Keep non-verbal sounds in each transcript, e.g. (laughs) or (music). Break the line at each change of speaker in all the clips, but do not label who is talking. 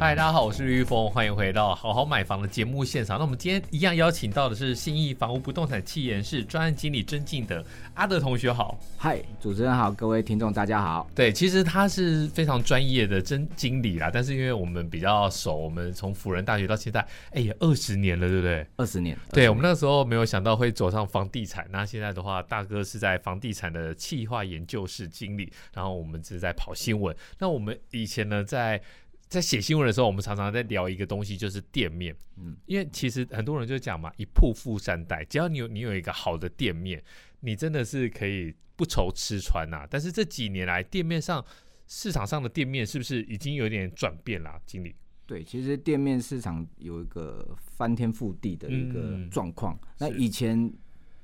嗨，大家好，我是绿玉峰，欢迎回到好好买房的节目现场。那我们今天一样邀请到的是信义房屋不动产气研室专案经理曾进的阿德同学好。
嗨，主持人好，各位听众大家好。
对，其实他是非常专业的真经理啦，但是因为我们比较熟，我们从辅仁大学到现在，哎，也二十年了，对不对？
二十年，
对我们那时候没有想到会走上房地产，那现在的话，大哥是在房地产的企划研究室经理，然后我们是在跑新闻。那我们以前呢，在在写新闻的时候，我们常常在聊一个东西，就是店面。嗯
嗯，
因为其实很多人就讲嘛，一铺富三代，只要你有你有一个好的店面，你真的是可以不愁吃穿呐、但是这几年来，店面上市场上的店面是不是已经有点转变啦、经理？
对，其实店面市场有一个翻天覆地的一个
嗯
状况。那
是
以前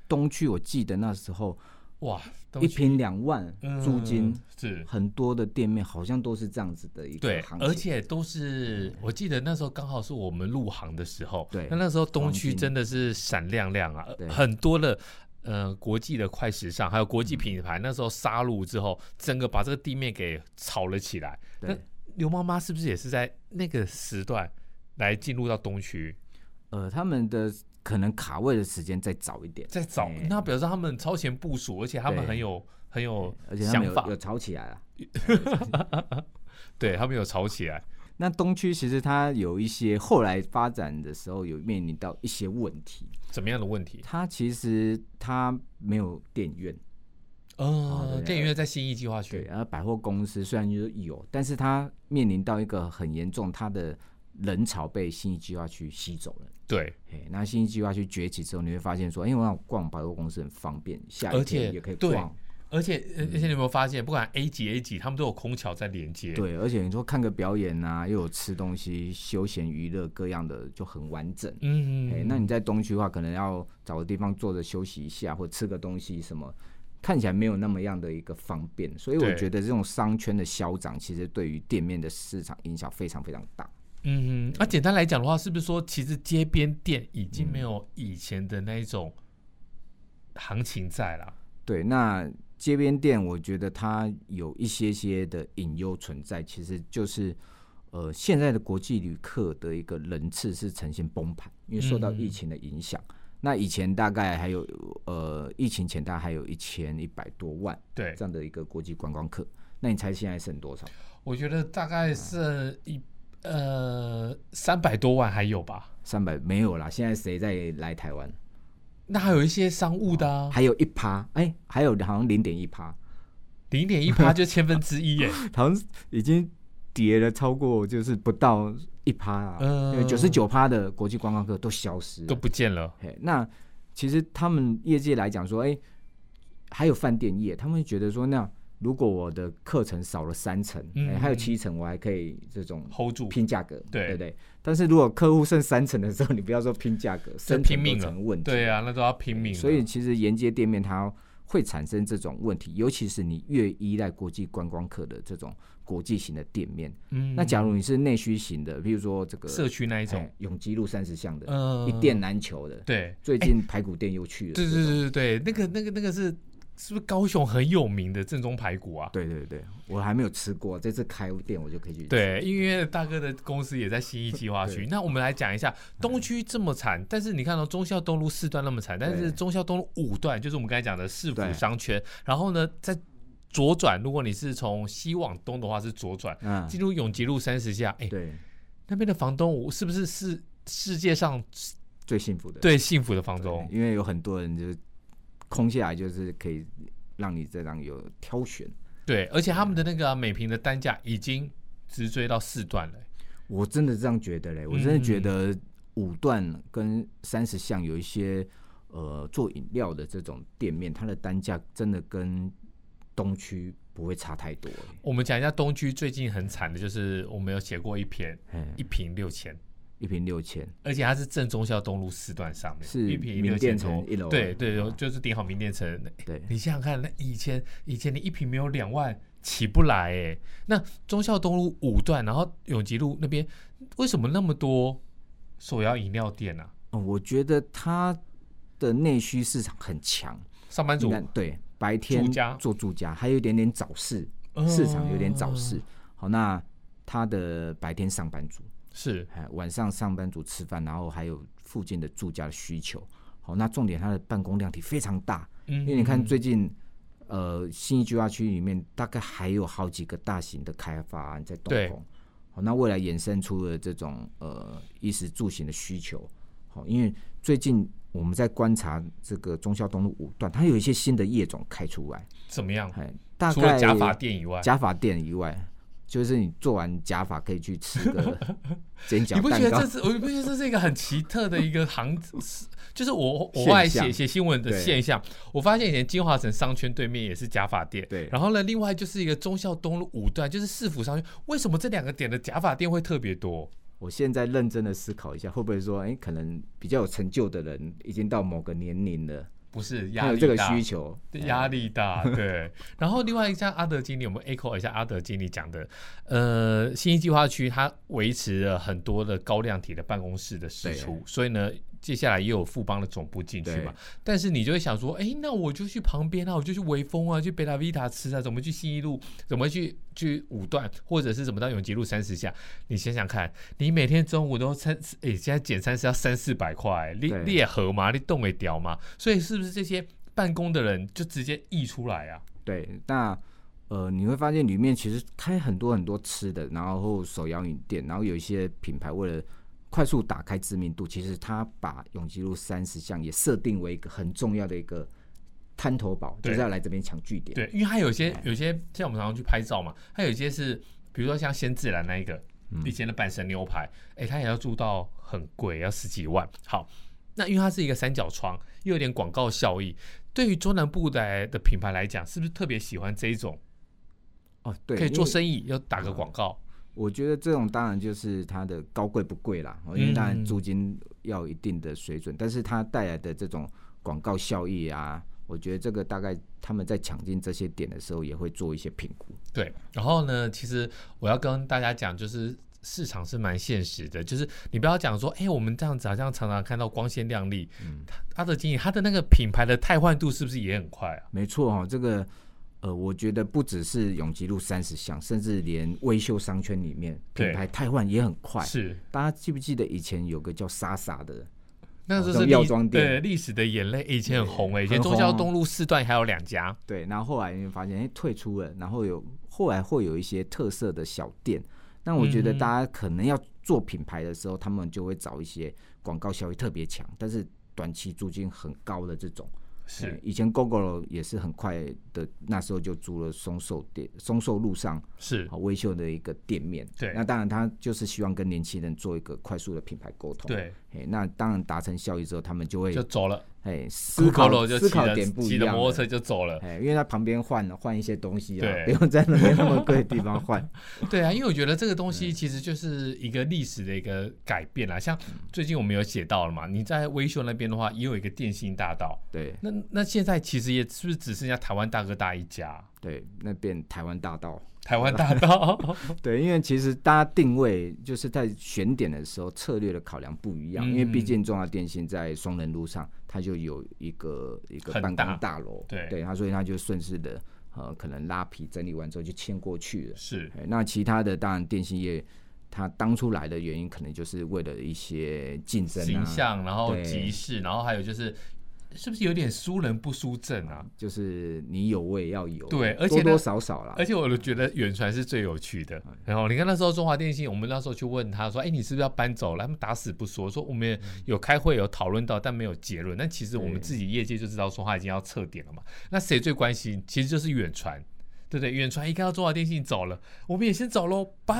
东区，我记得那时候
哇，东
一
西
平两万租金，
嗯是
很多的店面好像都是这样子的一个
对，
行情。嗯
而且都是我记得那时候刚好是我们入行的时候，
对
那那时候东
黄
区
金
真的是闪亮亮啊，
对
很多的呃国际的快时尚，还有国
嗯
际品牌，那时候杀入之后，整个把这个地面给炒了起来。那
对，
刘妈妈是不是也是在那个时段来进入到东区？
呃，他们的可能卡位的时间再早一点，
在找，
哎
那表示他们超前部署，而且他们
对
很有很有
而且他
想
们有
法
有，炒起来了。
对他们有炒起来。
那东区其实它有一些后来发展的时候有面临到一些问题，
怎么样的问题？
它其实它没有电院。
呃，
哦对
电影院在新义计划
对，
区，
而百货公司虽然有有，但是它面临到一个很严重，它的人潮被新一计划区吸走了。
对，
嘿，那新一计划区崛起之后，你会发现说，哎、我想逛百货公司很方便，下雨
而且
天也可以
对
逛。
而且呃
嗯
而且你有没有发现，不管 A 级 A 级，他们都有空桥在连接。
对，而且你说看个表演啊，又有吃东西、休闲娱乐各样的，就很完整。
嗯，
哎、那你在东区的话，可能要找个地方坐着休息一下，或吃个东西什么，看起来没有那么样的一个方便。所以我
对
觉得这种商圈的消长，其实对于店面的市场影响非常非常大。
嗯，那、简单来讲的话，是不是说其实街边店已经没有以前的那一种行情在了？
对，那街边店，我觉得它有一些些的隐忧存在，其实就是。呃，现在的国际旅客的一个人次是呈现崩盘，因为受
嗯
到疫情的影响。那以前大概还有呃，疫情前大概还有一千一百多万，
对，
这样的一个国际观光客。那你猜现在剩多少？
我觉得大概是一呃三百多万还有吧。
三百没有啦，现在谁在来台湾？
那还有一些商务的啊，
哦还有一趴，哎、还有好像零点一趴，
零点一趴就千分之
(laughs)
一耶。
好像已经跌了超过就是不到一趴啊，
嗯
因为九十九趴的国际观光客都消失了
都不见了。
嘿，那其实他们业界来讲说，哎、还有饭店业，他们觉得说，那如果我的课程少了三成，哎、
嗯
还有七成，我还可以这种
hold 住，
拼价格，
对
对不对？但是如果客户剩三成的时候，你不要说拼价格，
这
三
拼
成都
命了
成问，题。
对啊，那都要拼命了。
所以其实沿街店面它会产生这种问题，尤其是你越依赖国际观光客的这种国际型的店面。
嗯，
那假如你是内需型的，比如说这个
社区那一
哎
种，
永吉路三十巷的，
嗯，
哎一店难求的，
对，
最近排骨店又去了。
对对对对对，那个那个那个是是不是高雄很有名的正宗排骨啊？
对对对，我还没有吃过，这次开店我就可以去吃。
对，因为大哥的公司也在新义计划区
对。
那我们来讲一下东区这么惨，但是你看到忠孝东路四段那么惨，但是
对
忠孝东路五段就是我们刚才讲的市府
对
商圈，然后呢在左转，如果你是从西往东的话是左转，
嗯，
进入永吉路三十下，哎，
对，
那边的房东我是不是是世界上
最幸福的。
最幸福的房
对
东？
因为有很多人就是空下来，就是可以让你这样有挑选。
对，而且他们的那个啊每平的单价已经直追到四段了。
我真的这样觉得
嗯
嘞，我真的觉得五段跟三十巷有一些呃做饮料的这种店面，它的单价真的跟东区不会差太多欸。
我们讲一下东区最近很惨的，就是我们有写过一篇，
嗯，
一瓶六千，
一瓶六千，
而且它是正忠孝东路四段上面，
是
一瓶
名
六
店
千
城
多，
一楼
对对，就是顶好名店城。
对
你想想看，那以前以前你一瓶没有两万起不来哎，那忠孝东路五段，然后永吉路那边为什么那么多手摇饮料店啊？
哦，我觉得它的内需市场很强，
上班族
那对白天
住家哦
做住家，还有一点点早市，市场有点早市。好，那他的白天上班族，
是
哎，晚上上班族吃饭，然后还有附近的住家的需求。好，那重点它的办公量体非常大，
嗯
因为你看最近，呃，新一计划区里面大概还有好几个大型的开发案在动
对
工。好，那未来衍生出了这种呃衣食住行的需求。好，因为最近我们在观察这个忠孝东路五段，它有一些新的业种开出来，
怎么样？
哎，大
除了
概
假发店以外，
假发店以外，就是你做完假发可以去吃个
(laughs)
煎
你
饺
不觉
蛋
得
糕
这。是？你不觉得这是一个很奇特的一个行？是就是我我
现象
爱写写新闻的
对
现象，我发现以前金华城商圈对面也是假发店，
对
然后呢，另外就是一个忠孝东路五段，就是市府商圈，为什么这两个点的假发店会特别多？
我现在认真的思考一下，会不会说，哎、可能比较有成就的人已经到某个年龄了，
不是
他
压
有
力
这个
大
需求，
对压力大，对。然后另外像阿德经理，我们 echo 一下阿德经理讲的，呃，新一计划区它维持了很多的高量体的办公室的支出，所以呢，接下来也有富邦的总部进去嘛
对。
但是你就会想说，哎，那我就去旁边啊，我就去微风啊，去贝塔维塔吃啊，怎么去新一路，怎么去去五段，或者是怎么到永吉路三十下？你想想看，你每天中午都三，哎，现在减三十要三四百块，你
对
你也合嘛，你动也屌嘛，所以是不是这些办公的人就直接溢出来啊？
对，那呃，你会发现里面其实开很多很多吃的，然后手摇饮店，然后有一些品牌为了快速打开知名度，其实他把永吉路三十巷也设定为一个很重要的一个滩头堡，就
对
是要来这边抢据点。
对，因为它有些有些像我们常常去拍照嘛，它有一些是，比如说像先自然那一个以前的阪神牛排，哎、它也要住到很贵，要十几万。好，那因为它是一个三角窗，又有点广告效益。对于中南部的的品牌来讲，是不是特别喜欢这一种
哦，对，
可以
因
做
为
生意又打个广告？
我觉得这种当然就是它的高贵不贵啦，哦因为当然租金要有一定的水准，但是它带来的这种广告效益啊，我觉得这个大概他们在抢进这些点的时候也会做一些评估。
对，然后呢，其实我要跟大家讲，就是市场是蛮现实的，就是你不要讲说，哎，我们这样子好像常常看到光鲜亮丽，
嗯
他他的经营，他的那个品牌的汰换度是不是也很快啊？
没错哈、哦，这个呃，我觉得不只是永吉路三十巷，甚至连维修商圈里面
对
品牌汰换也很快。
是，
大家记不记得以前有个叫莎莎的？
那就
这
是
哦种药
历
妆
对
店
历史的眼泪，以前很红诶，以前
很
中交
红啊
东路四段还有两家，
对，然后后来你会发现，哎，退出了，然后有后来会有一些特色的小店。那我觉得
嗯
大家可能要做品牌的时候，他们就会找一些广告效益特别强，但是短期租金很高的这种。哎
是
以前 GoGo 也是很快的，那时候就租了松寿店、松寿路上
是，
好微秀的一个店面。
对
那当然他就是希望跟年轻人做一个快速的品牌沟通。，
对，
哎，那当然达成效益之后，他们就会
就走了，
哎思
出
考
口了就
思
骑
考
着
点不
骑
一
着
样
摩托
了。
车就走了。
哎，因为它旁边换换一些东西啊，不
对
用在那边那么贵的地方换。
对啊，因为我觉得这个东西其实就是一个历史的一个改变啦。像最近我们有写到了嘛，你在微秀那边的话，也有一个电信大道。
对
那那现在其实也是不是只剩下台湾大哥大一家？
对，那变台湾大道。 (laughs)
台湾大道
对，因为其实大家定位就是在选点的时候策略的考量不一
嗯
样，因为毕竟中华电信在双仁路上，它就有一个一个
很
办
大
公大楼，
对
对，它所以它就顺势的呃，可能拉皮整理完之后就迁过去了。
是
哎那其他的当然电信业，它当初来的原因可能就是为了一些竞争
形
啊，
象，然后
对
集市，然后还有就是是不是有点输人不输阵啊？
就是你有我也要有，
对而且呢
多多少少啦，
而且我觉得远传是最有趣的。然后你看那时候中华电信，我们那时候去问他说：“哎，你是不是要搬走了？”他们打死不说，说我们有开会有讨论到，但没有结论。但其实我们
对
自己业界就知道说他已经要撤点了嘛。那谁最关心？其实就是远传，对不对？远传一看到中华电信走了，我们也先走喽，拜。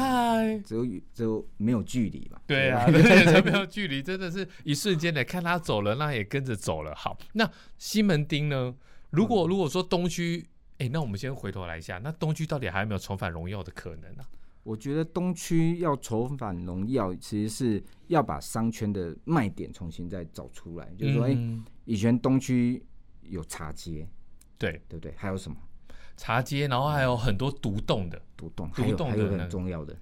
只有只有没有距离嘛。
对啊，远传没有距离，真的是一瞬间的，看他走了，那也跟着走了。好，那西门町呢？如
嗯
果如果说东区，哎，那我们先回头来一下，那东区到底还有没有重返荣耀的可能啊呢、
我觉得东区要重返荣耀，其实是要把商圈的卖点重新再找出来，就是说，哎、
嗯
以前东区有茶街，
对，
对不对？还有什么
茶街，然后还有很多独栋的
独栋，
独
还有
栋
还
的嗯
有
那个
很重要的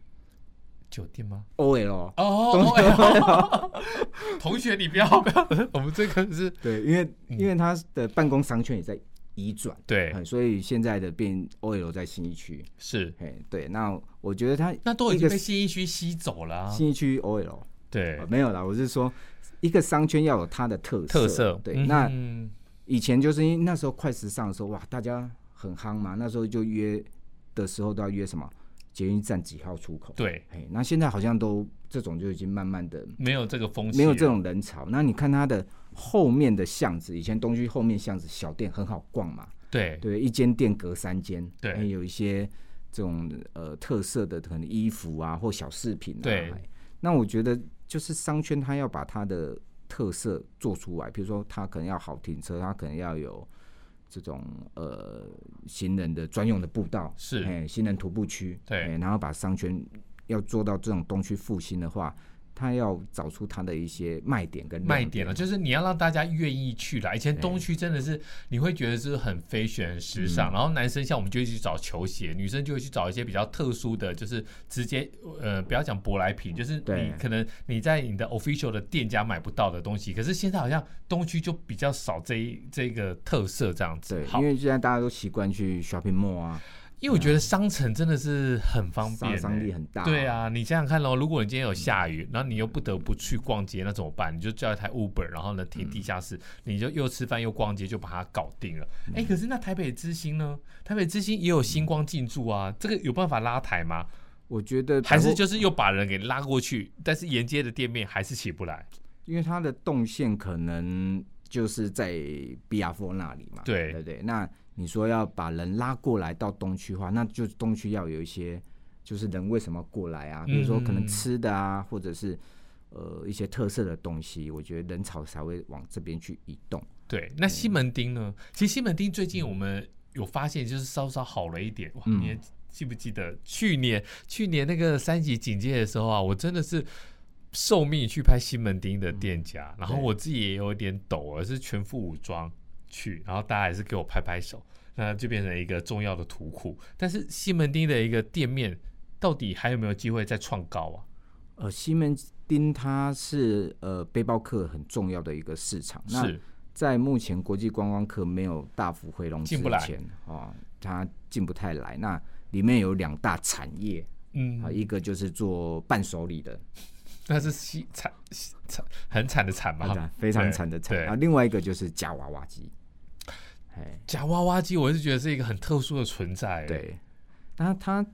酒店吗？
OL。
(laughs) 哦，
(laughs)
哦哎 (laughs) 同学，你不要不要，我们这个是
对，因为因为它的办公商圈也在移转，
对，
嗯所以现在的变 OL 在新一区，
是，
嘿，对，那我觉得它
那都已
一
经
个
被新一区吸走了、啊，
新一区 OL、
对
呃，没有啦，我是说一个商圈要有它的特色，
特色，
对，
嗯
那
哼
以前就是因为那时候快时尚的时候，哇，大家很夯嘛，那时候就约的时候都要约什么捷运站几号出口，
对，嗯
嘿，那现在好像都这种就已经慢慢的
没有这个风气，啊
没有这，种人潮。那你看它的后面的巷子，以前东区后面巷子小店很好逛嘛，
对，
对，一间店隔三间，
对
哎有一些这种呃特色的可能衣服啊或小饰品啊。
对
哎那我觉得就是商圈它要把它的特色做出来，比如说它可能要好停车，它可能要有这种呃行人的专用的步道，
是
哎行人徒步区，
对
哎然后把商圈要做到这种东区复兴的话。它要找出它的一些卖点跟亮
卖点了，就是你要让大家愿意去啦。以前东区真的是你会觉得就是很 fashion 很时尚，
嗯
然后男生像我们就会去找球鞋，女生就会去找一些比较特殊的，就是直接呃不要讲舶来品，就是你
对
可能你在你的 official 的店家买不到的东西。可是现在好像东区就比较少这一这个特色这样子。
对，
好
因，为现在大家都习惯去 shopping mall 啊，
因为我觉得商城真的是很方便、
杀
欸，
伤力很大、
对，啊，你想想看喽，如果你今天有下雨，然后你又不得不去逛街，那怎么办？你就叫一台 Uber，然后呢停地下室，你就又吃饭又逛街，就把它搞定了。哎、可是那台北之星呢？台北之星也有星光进驻啊，这个有办法拉抬吗？
我觉得
还
百
是
货
就是又把人给拉过去，但是沿街的店面还是起不来？
因为它的动线可能就是在比亚佛那里嘛，
对
对不对？那你说要把人拉过来到东区的话，那就东区要有一些，就是人为什么过来啊？比如说可
嗯
能吃的啊，或者是呃一些特色的东西，我觉得人潮才会往这边去移动。
对，那西门町呢？其实西门町最近我们有发现，就是稍稍好了一点。哇，
嗯
你还记不记得去年去年那个三级警戒的时候啊，我真的是受命去拍西门町的店家，然后我自己也有点抖，而是全副武装去，然后大家也是给我拍拍手，那就变成一个重要的图库。但是西门町的一个店面到底还有没有机会再创高啊？
呃，西门町它是呃背包客很重要的一个市场，那
是
在目前国际观光客没有大幅回笼之
进不来
前，哦，它进不太来。那里面有两大产业啊、
嗯，
一个就是做伴手礼的，
那是西惨西惨很惨的惨
啊
嘛，
非常惨的惨
对
啊；另外一个就是夹娃娃机，哎，
夹娃娃机，我是觉得是一个很特殊的存在。，
对，那他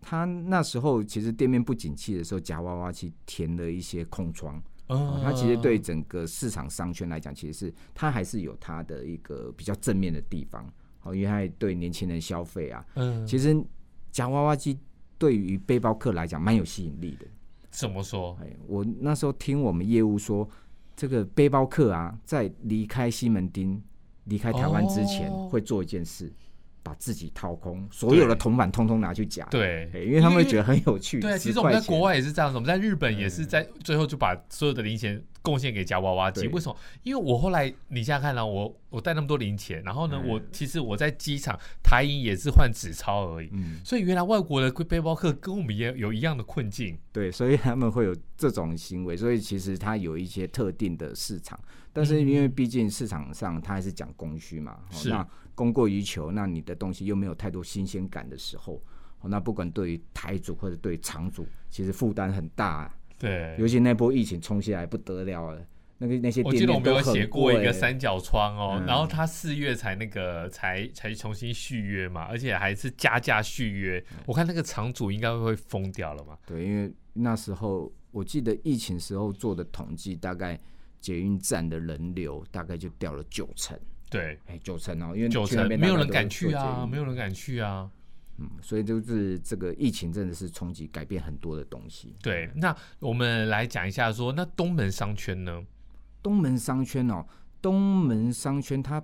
他那时候其实店面不景气的时候，夹娃娃机填了一些空窗，
嗯
哦，它其实对整个市场商圈来讲，其实是它还是有它的一个比较正面的地方，好，因为它也对年轻人消费啊，
嗯，
其实夹娃娃机对于背包客来讲蛮有吸引力的。
怎么说？
哎，我那时候听我们业务说，这个背包客啊，在离开西门町、离开台湾之前，
哦
会做一件事，把自己掏空，所有的铜板通通拿去夹。
对
哎，，因为他们会觉得很有趣。
对，
10
其实我们在
块钱嗯
国外也是这样子，我们在日本也是在最后就把所有的零钱贡献给夹娃娃机。
对
为什么？因为我后来你想想看啦、我我带那么多零钱，然后呢，
嗯
我其实我在机场台银也是换纸钞而已。
嗯，
所以原来外国的背包客跟我们也有一样的困境，
对，所以他们会有这种行为，所以其实它有一些特定的市场，但是因为毕竟市场上它还是讲供需嘛，哦
嗯是
那供过于求，那你的东西又没有太多新鲜感的时候，哦那不管对于台主或者对于厂主，其实负担很大、啊，
对，
尤其那波疫情冲下来不得了了，那个那些
我记
店
得我
面
们
都
有
很
写
贵。
过一个三角窗哦，
嗯
然后他四月才那个才才重新续约嘛，而且还是加价续约。
嗯
我看那个厂主应该会疯掉了嘛。
对，因为那时候我记得疫情时候做的统计，大概捷运站的人流大概就掉了九成。
对，
哎，九成哦，因为
九
去那
成
边
没有
大家
人
都
敢
是
去
做
啊，
捷运
没有人敢去啊。
嗯，所以就是这个疫情真的是冲击改变很多的东西。
对，那我们来讲一下说，那东门商圈呢？
东门商圈哦，东门商圈它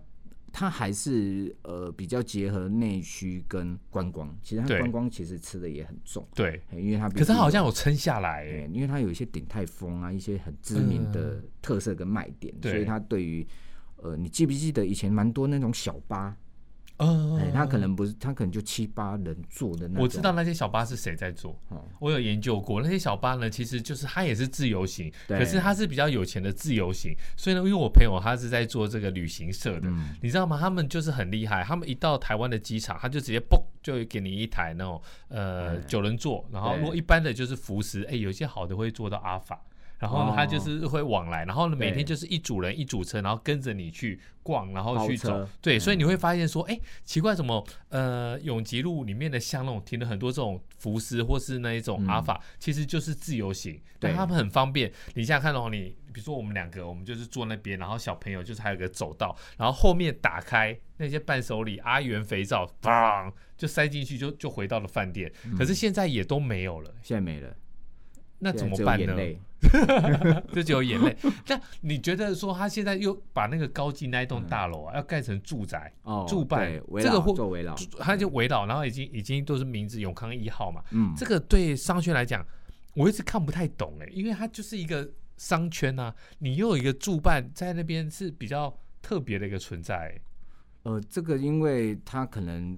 它还是呃比较结合内需跟观光，其实它
对
观光其实吃的也很重，
对，
哎因为它
可是它好
像
像有撑下来欸、
因为它有一些鼎泰丰啊，一些很知名的特色跟卖点，
嗯对
所以它对于呃，你记不记得以前蛮多那种小巴，
嗯
哎，他可能不是，他可能就七八人坐的那种。
我知道那些小巴是谁在做，
嗯
我有研究过。那些小巴呢，其实就是它也是自由行，
对
可是它是比较有钱的自由行。所以呢，因为我朋友他是在做这个旅行社的，
嗯，
你知道吗？他们就是很厉害，他们一到台湾的机场，他就直接嘣就给你一台那种呃
嗯
九人座，然后
对
如果一般的就是服食，哎，有一些好的会做到阿法。然后呢，
哦
他就是会往来，然后呢，每天
对
就是一组人一组车，然后跟着你去逛，然后
包
去走
车。
对，所以你会发现说，哎，奇怪，怎么呃永吉路里面的巷弄停了很多这种福斯或是那一种
嗯
阿法，其实就是自由行，但
对
他们很方便。你想想看哦，你比如说我们两个，我们就是坐那边，然后小朋友就是还有个走道，然后后面打开那些伴手礼、阿元肥皂，砰就塞进去就，就回到了饭店。可是现在也都没有了，
现在没了，
那
现
怎
在
么
只有
办
眼
呢？
泪
这就有眼 (laughs) 泪。但你觉得说他现在又把那个高级那一栋大楼啊，要盖成住宅？
哦，
住办
对围
这个
绕
会
做围绕，
他就围绕，然后已经已经都是名字永康一号嘛，
嗯，
这个对商圈来讲，我一直看不太懂哎、因为它就是一个商圈啊，你又有一个驻办在那边是比较特别的一个存在欸、
呃，这个因为它可能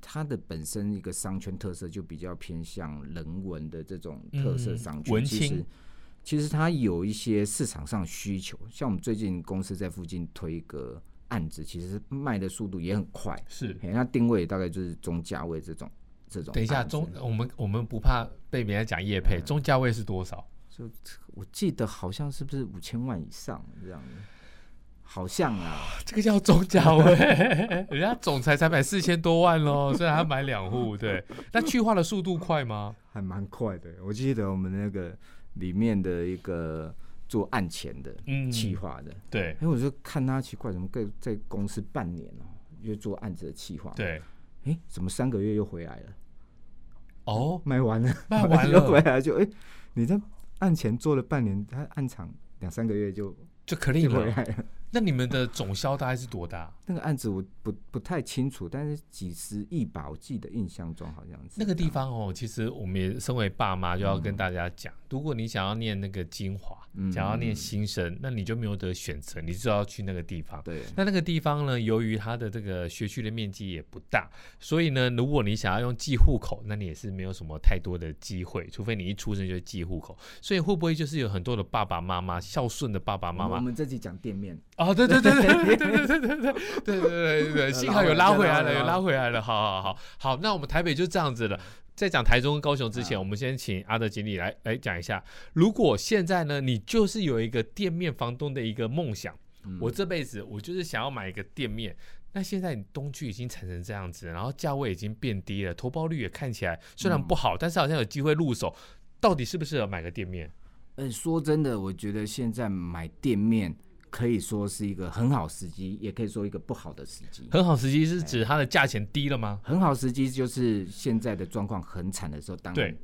它的本身一个商圈特色就比较偏向人文的这种特色
嗯
商圈，
文
其
青
实其实它有一些市场上的需求，像我们最近公司在附近推一个案子，其实卖的速度也很快，
是。
嘿，它定位大概就是中价位这种这种案子。
等一下，中我们我们不怕被别人讲业配，中价位是多少？ (laughs)
就我记得好像是不是五千万以上这样子，好像啊，
这个叫中价位，人家总裁才买四千多万喽，虽然他买两户，对，那去化的速度快吗？
还蛮快的。我记得我们那个里面的一个做案前的
嗯
企划的，
对
哎、为我就看他奇怪，怎么在在公司半年哦、就做案子的企划，，
对，
哎、怎么三个月又回来了，
哦，
卖完了，
(laughs) 卖完
(laughs) 又回
了
来就哎、你在案前做了半年，他案场两三个月就
就
就
clean
回
了。
来了。 (laughs)
那你们的总销大概是多大？
那个案子我不不太清楚，但是几十亿吧，我记得印象中好像是
那个地方哦，其实我们也身为爸妈，就要跟大家讲，如果你想要念那个精华，
嗯
想要念新生，那你就没有得选择，你就要去那个地方。
对，
那那个地方呢，由于它的这个学区的面积也不大，所以呢，如果你想要用寄户口，那你也是没有什么太多的机会，除非你一出生就寄户口。所以会不会就是有很多的爸爸妈妈孝顺的爸爸妈
我
妈
们我们这集讲店面，
哦，对对对 (laughs) 对对对对对对对对对对对，幸好有拉回来了，
拉回
有拉回来
来了
了，好好好好，那我们台北就这样子了。在讲台中跟高雄之前，
啊
我们先请阿德经理来来讲一下。如果现在呢，你就是有一个店面房东的一个梦想，
嗯
我这辈子我就是想要买一个店面。那现在你东区已经产成这样子，然后价位已经变低了，投报率也看起来虽然不好，但是好像有机会入手。到底适不适合买个店面？
呃，说真的，我觉得现在买店面可以说是一个很好时机，也可以说一个不好的时机。
很好时机是指它的价钱低了吗？
很好时机就是现在的状况很惨的时候，当然
对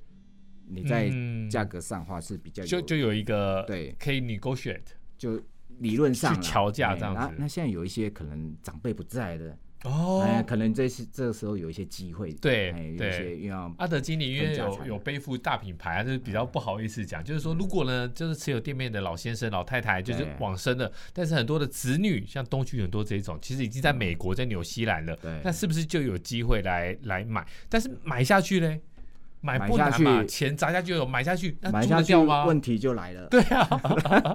你在
嗯
价格上的话是比较有
就就有一个
对
可以 negotiate
就理论上啦
去调价
哎
这样
那
子
那现在有一些可能长辈不在了，
哦
哎，可能这是这个时候有一些机会，
对
哎有一
对
些要
阿德经理因为
分家
有
产
有背负大品牌，他就是比较不好意思讲。就是说，如果呢，就是持有店面的老先生、老太太，就是
对
往生的，但是很多的子女，像东区很多这一种，其实已经在美国、在纽西兰了。
嗯对
那是不是就有机会来来买？但是买下去嘞，买
买
不
下
难嘛，
去
钱砸下去有买下去，那
买
租
下
得
去
掉吗？
问题就来了。
对
(laughs)
啊，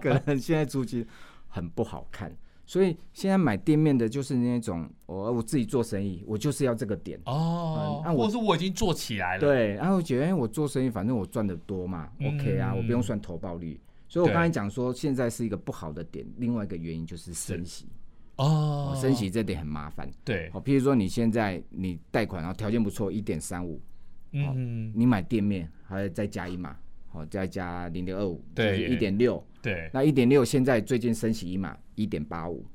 可能现在租金很不好看，所以现在买店面的就是那种我我自己做生意，我就是要这个点。
哦
嗯，那
或
我
者是我已经做起来了。
对，然后我觉得哎我做生意，反正我赚的多嘛、
嗯
o k 啊，我不用算投报率。所以我
对
刚才讲说，现在是一个不好的点，另外一个原因就是升息。
哦
哦，，升息这点很麻烦。哦
对，
好，譬如说你现在你贷款，然后条件不错，一点三五，
嗯，
你买店面还要再加一码，好，再加零点二五，
对
一点六。
对，
那一点六现在最近升息一码，一点八五，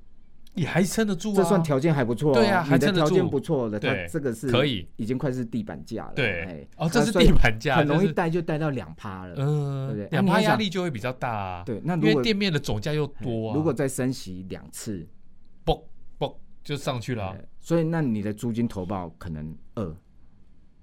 你还撑得住啊？
这算条件还不错、哦，
对啊还
你的
撑得
条件
住
不错的，它
对
这个是
可以，
已经快是地板价了，
对
哎，
哦，
它
这是
所以
地盘价，
很容
就
易
是
带就带到两趴了，对不
嗯
对，
两
啊你
趴
还
压
想
力就会比较大啊。
对，那
因
如
为
果
店面的总价又多啊，
如果再升息两次，
嘣嘣就上去了啊
哎，所以那你的租金投报可能二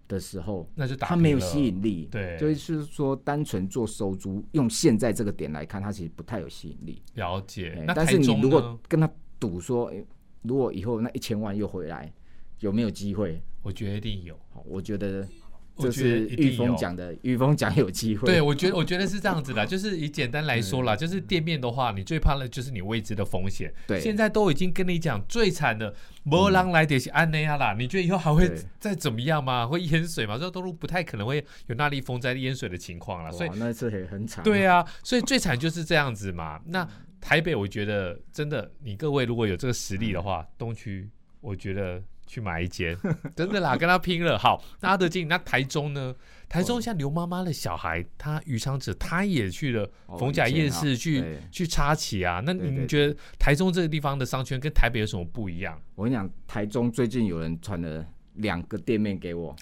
的时候，
那就打
它没有
平了
吸引力，
对
就是说单纯做收租，用现在这个点来看，它其实不太有吸引力，
了解
哎。
那
但
台
是你
中
如
呢
果？跟他赌说，哎如果以后那一千万又回来，有没有机会？
我觉得一定有。
好我觉得
我觉
这是
得一定
玉峰
有
讲的，玉峰讲有机会。
对，我觉得我觉得是这样子的，就是以简单来说啦，就是店面的话，你最怕的就是你未知的风险。
对
现在都已经跟你讲最惨的，没人来得是安内亚啦，你觉得以后还会
对
再怎么样吗？会淹水吗？这东路不太可能会有那力风灾淹水的情况啦，
哇，
所以
那次也很惨。
对啊，所以最惨就是这样子嘛。那台北，我觉得真的，你各位如果有这个实力的话，东区我觉得去买一
(laughs)
间，真的啦，跟他拼了。好，那阿德进，那台中呢？台中像刘妈妈的小孩，他余昌哲，他也去了
哦
逢甲
以前
夜
啊
市去、
对
去插旗啊。那
对对
你
对
觉得台中这个地方的商圈跟台北有什么不一样？
我跟你讲，台中最近有人传了两个店面给
(gasps)
我，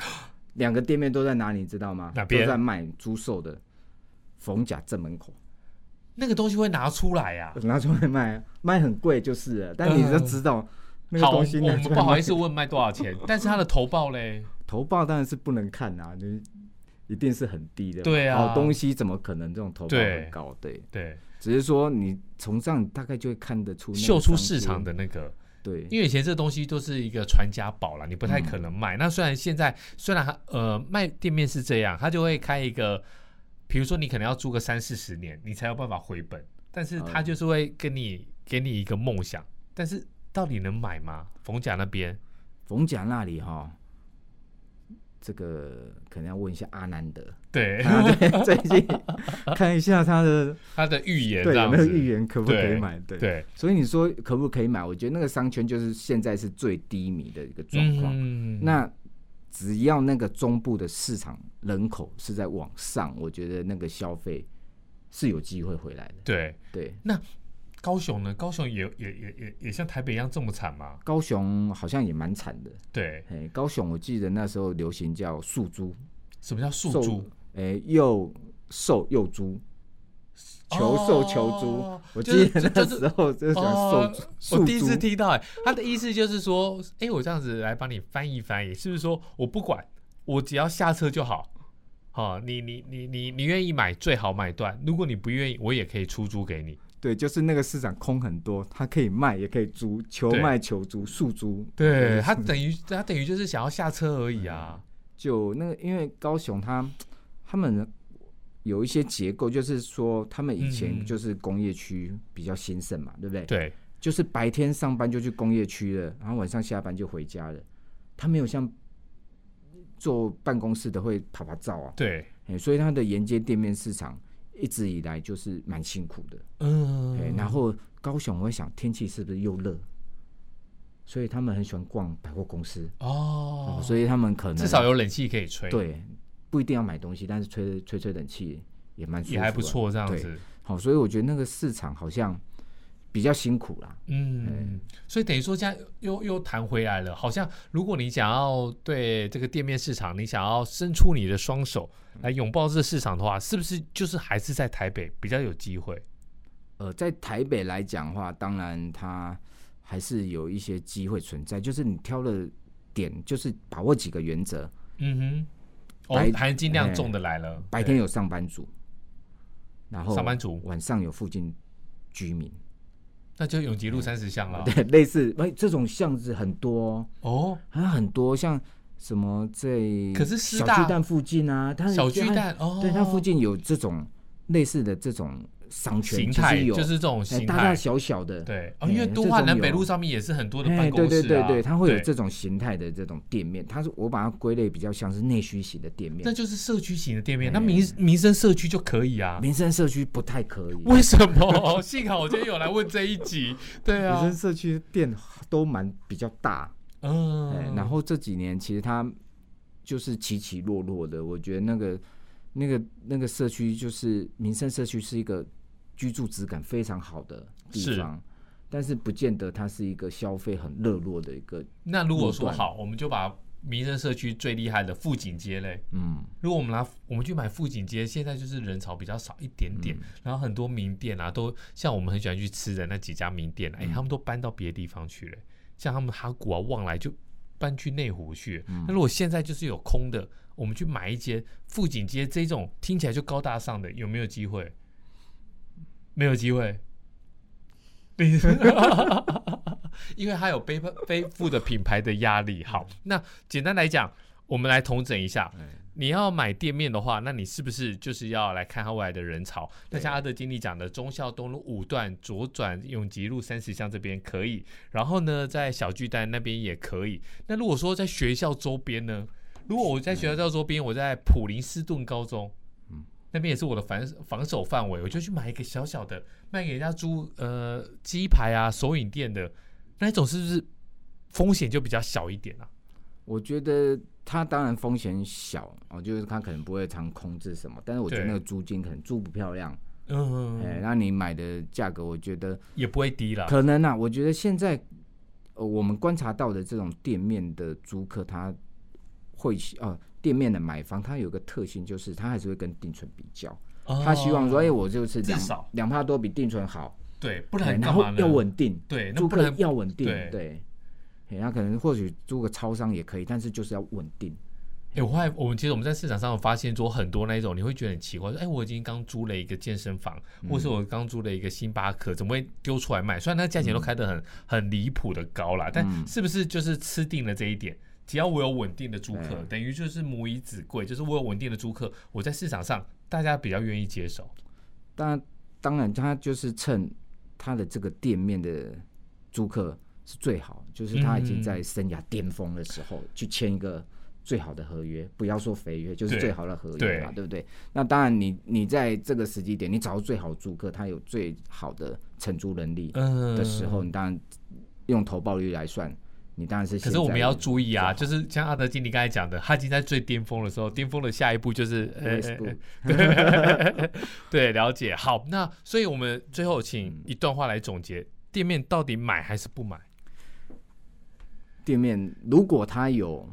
两个店面都在哪里，你知道吗？
哪边
都在卖猪售的，逢甲正门口，
那个东西会拿出来啊？
拿出来卖啊，卖很贵就是了，但你就知道、那
嗯
个
好，我
东西拿
们
出
不
来
好
卖
意思问卖多少钱，但是他的投报嘞？
投报当然是不能看啊，就是一定是很低的嘛。
对啊
好东西怎么可能这种投报
对
很高？对，
对，
只是说你从这样你大概就会看得 (laughs) 出那个
秀出
商
市
机
场的那个。
对
因为以前这东西都是一个传家宝啦，你不太可能卖。那虽然现在虽然它呃卖店面是这样，它就会开一个，比如说你可能要租个三四十年，你才有办法回本，但是它就是会跟你、给你一个梦想，但是到底能买吗？冯甲那边
逢甲那里哈。这个可能要问一下阿南
(laughs)
德，
对、
啊，对，最近看一下他的
(laughs) 他的预言这
对有
样
没
子，
有预言可不可以买？对，
对，
所以你说可不可以买？我觉得那个商圈就是现在是最低迷的一个状况。
嗯
那只要那个中部的市场人口是在往上，我觉得那个消费是有机会回来的。
对
对，
高雄呢？高雄也也也也也像台北一样这么惨吗？
高雄好像也蛮惨的。
对，
哎，高雄我记得那时候流行叫素猪，
什么叫宿
瘦
猪？
哎，又瘦又猪。求售求猪，
哦
我
就
记
是就
得那
就是
时候就想
哦
瘦
我
猪，瘦
第一次
猪。
听到、欸，他的意思就是说，哎、我这样子来帮你翻译翻译，是不是说我不管，我只要下车就好？哦，你你你你你愿意买最好买断，如果你不愿意，我也可以出租给你。
对，就是那个市场空很多，它可以卖也可以租，求
对
卖求租，速租。
对他等于他等于就是想要下车而已
嗯
啊。
就那个，因为高雄它他们有一些结构，就是说他们以
嗯
前
嗯
就是工业区比较兴盛嘛，对不对？，
对，
就是白天上班就去工业区了，然后晚上下班就回家了。他没有像做办公室的会爬爬照啊，
对，
哎所以它的沿街店面市场一直以来就是蛮辛苦的。
嗯，
哎，然后高雄我会想天气是不是又热，所以他们很喜欢逛百货公司，
哦，
嗯所以他们可能
至少有冷气可以吹，，
对不一定要买东西，但是吹吹吹冷气也蛮舒服
也
的
还不。错这样
对
子。
好，所以我觉得那个市场好像比较辛苦啦。
嗯，所以等于说，现在又又弹回来了。好像如果你想要对这个店面市场，你想要伸出你的双手来拥抱这个市场的话，是不是就是还是在台北比较有机会？
呃，在台北来讲的话，当然它还是有一些机会存在，就是你挑了点，就是把握几个原则。
嗯哼，哦
白，
含金量重的来了，
白天有上班族，然后
上班族
晚上有附近居民， (laughs)
那就永吉路三十巷了。
对，类似哎这种巷子很多、哦。
哦，
还有很多像什么在
可是师
小
大
巨蛋附近啊，它
小巨，
它
蛋哦，
对它附近有这种类似的这种商圈，
形
其实
态
有
就是这种
哎
形
大大
态，
小小的，
对，哦，
哎
因为
这
敦
种
化南
有
北路上面也是很多的
哎
办公室
对
啊，
对对对，它会有
对
这种形态的这种店面，它是我把它归类比较像是内需型的店面
那，就是社区型的店
哎
面，那民民生社区就可以啊。
民生社区不太可以，
为什
(laughs)
么？幸好我今天有来问这一集。对
民
啊
生，社区店都蛮比较大，哎
嗯，
然后这几年其实它就是起起落落的，我觉得那个那个那个社区就是民生社区是一个居住质感非常好的地
是
方，但是不见得它是一个消费很热络的一个，
那如果说
路段
好，我们就把民生社区最厉害的富锦街嘞，
嗯，
如果我们拿我们去买富锦街，现在就是人潮比较少一点点，然后很多名店啊，都像我们很喜欢去吃的那几家名店，哎，他们都搬到别的地方去了，像他们哈古啊、旺来就搬去内湖去了。那如果现在就是有空的，我们去买一间富锦街这种听起来就高大上的，有没有机会？没有机会。你， (laughs) 因为它有背背负的品牌的压力。好，那简单来讲，我们来统整一下。
哎
你要买店面的话，那你是不是就是要来看它未来的人潮？那
对
像阿德经理讲的，忠孝东路五段左转永吉路三十巷这边可以，然后呢，在小巨蛋那边也可以。那如果说在学校周边呢？如果我在学校周边，我在普林斯顿高中，
嗯
那边也是我的防防守范围，我就去买一个小小的，卖给人家租呃鸡排啊手影店的那一种，是不是风险就比较小一点啊？
我觉得它当然风险小，哦，就是它可能不会常空置什么，但是我觉得
对
那个租金可能租不漂亮，
嗯，
哎，那你买的价格，我觉得
也不会低啦。
可能啊，我觉得现在呃我们观察到的这种店面的租客，他会呃店面的买方，他有个特性就是他还是会跟定存比较，他希望说，哎、
哦
我就是
至
两
少
两帕多比定存好，
对，不
哎
然
然
干
后
嘛呢？
要稳定，
对，那
租
不
客
然
要稳定，
对
对。哎那可能或许租个超商也可以，但是就是要稳定。
哎、我后来我们其实我们在市场上有发现说很多那一种，你会觉得很奇怪，说哎、我已经刚租了一个健身房，或
嗯
是我刚租了一个星巴克，怎么会丢出来卖？虽然它价
嗯
钱都开得很、很离谱的高啦，但是不是就是吃定了这一点？只要我有稳定的租客，
对
等于就是母以子贵，就是我有稳定的租客，我在市场上大家比较愿意接受。
但当然，他就是趁他的这个店面的租客是最好，就是他已经在生涯巅峰的时候去签一个最好的合约，不要说肥约，就是
对
最好的合约
对
嘛，对不对？那当然你，你在这个时机点，你找到最好的租客，他有最好的承租能力
嗯
的时候，你当然用投报率来算，你当然是
可
现
是
在
我们要注意啊，
就
就是像阿德经理刚才讲的，他已经在最巅峰的时候，巅峰的下一步就是呃
对
呃呃 (laughs) 对，了解。好，那所以我们最后
嗯
请一段话来总结：店面到底买还是不买？
店面如果它有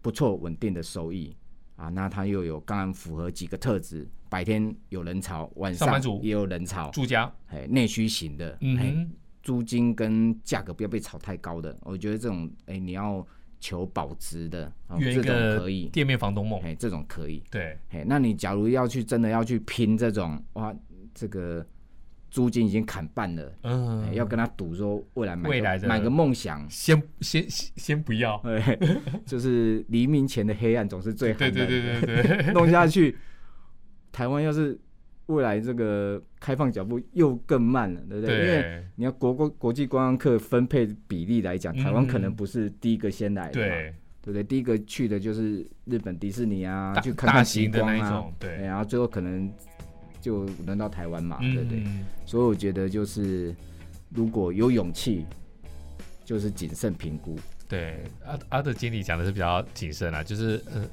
不错稳定的收益啊，那它又有刚刚符合几个特质，白天有人潮，晚
上
上
班族
也有人潮，
住家，
哎，内需型的，
嗯
哎，
哼，
租金跟价格不要被炒太高的，我觉得这种哎你要求保值的，哦、
圆一
这种
个
可以，
店面房东梦。
哎，这种可以，
对，
哎，那你假如要去真的要去拼这种哇，这个租金已经砍半了。哎
嗯，
要跟他赌说未来买
未
个
来的
买个梦想，
先先先先不要。
对， (laughs) 就是黎明前的黑暗总是最
对
寒冷
对
的。
对对对，
(laughs) 弄下去，台湾要是未来这个开放脚步又更慢了， (laughs) 对不对？因为
对
你要国国国际观光客分配比例来讲，
嗯
台湾可能不是第一个先来的嘛，
对，
对不对？第一个去的就是日本迪士尼啊，
大
去看
大
看极
型的
光
那一
啊，
种，
对，
对，
然后最后可能就轮到台湾嘛，对不对？
嗯
所以我觉得就是如果有勇气，就是谨慎评估。
对，阿阿德经理讲的是比较谨慎啦，就是呃，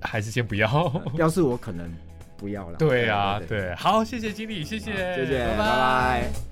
还是先不要。
(laughs) 要是我可能不要了。
啊对啊，对，好，谢谢经理，谢谢，
谢谢，
拜
拜拜。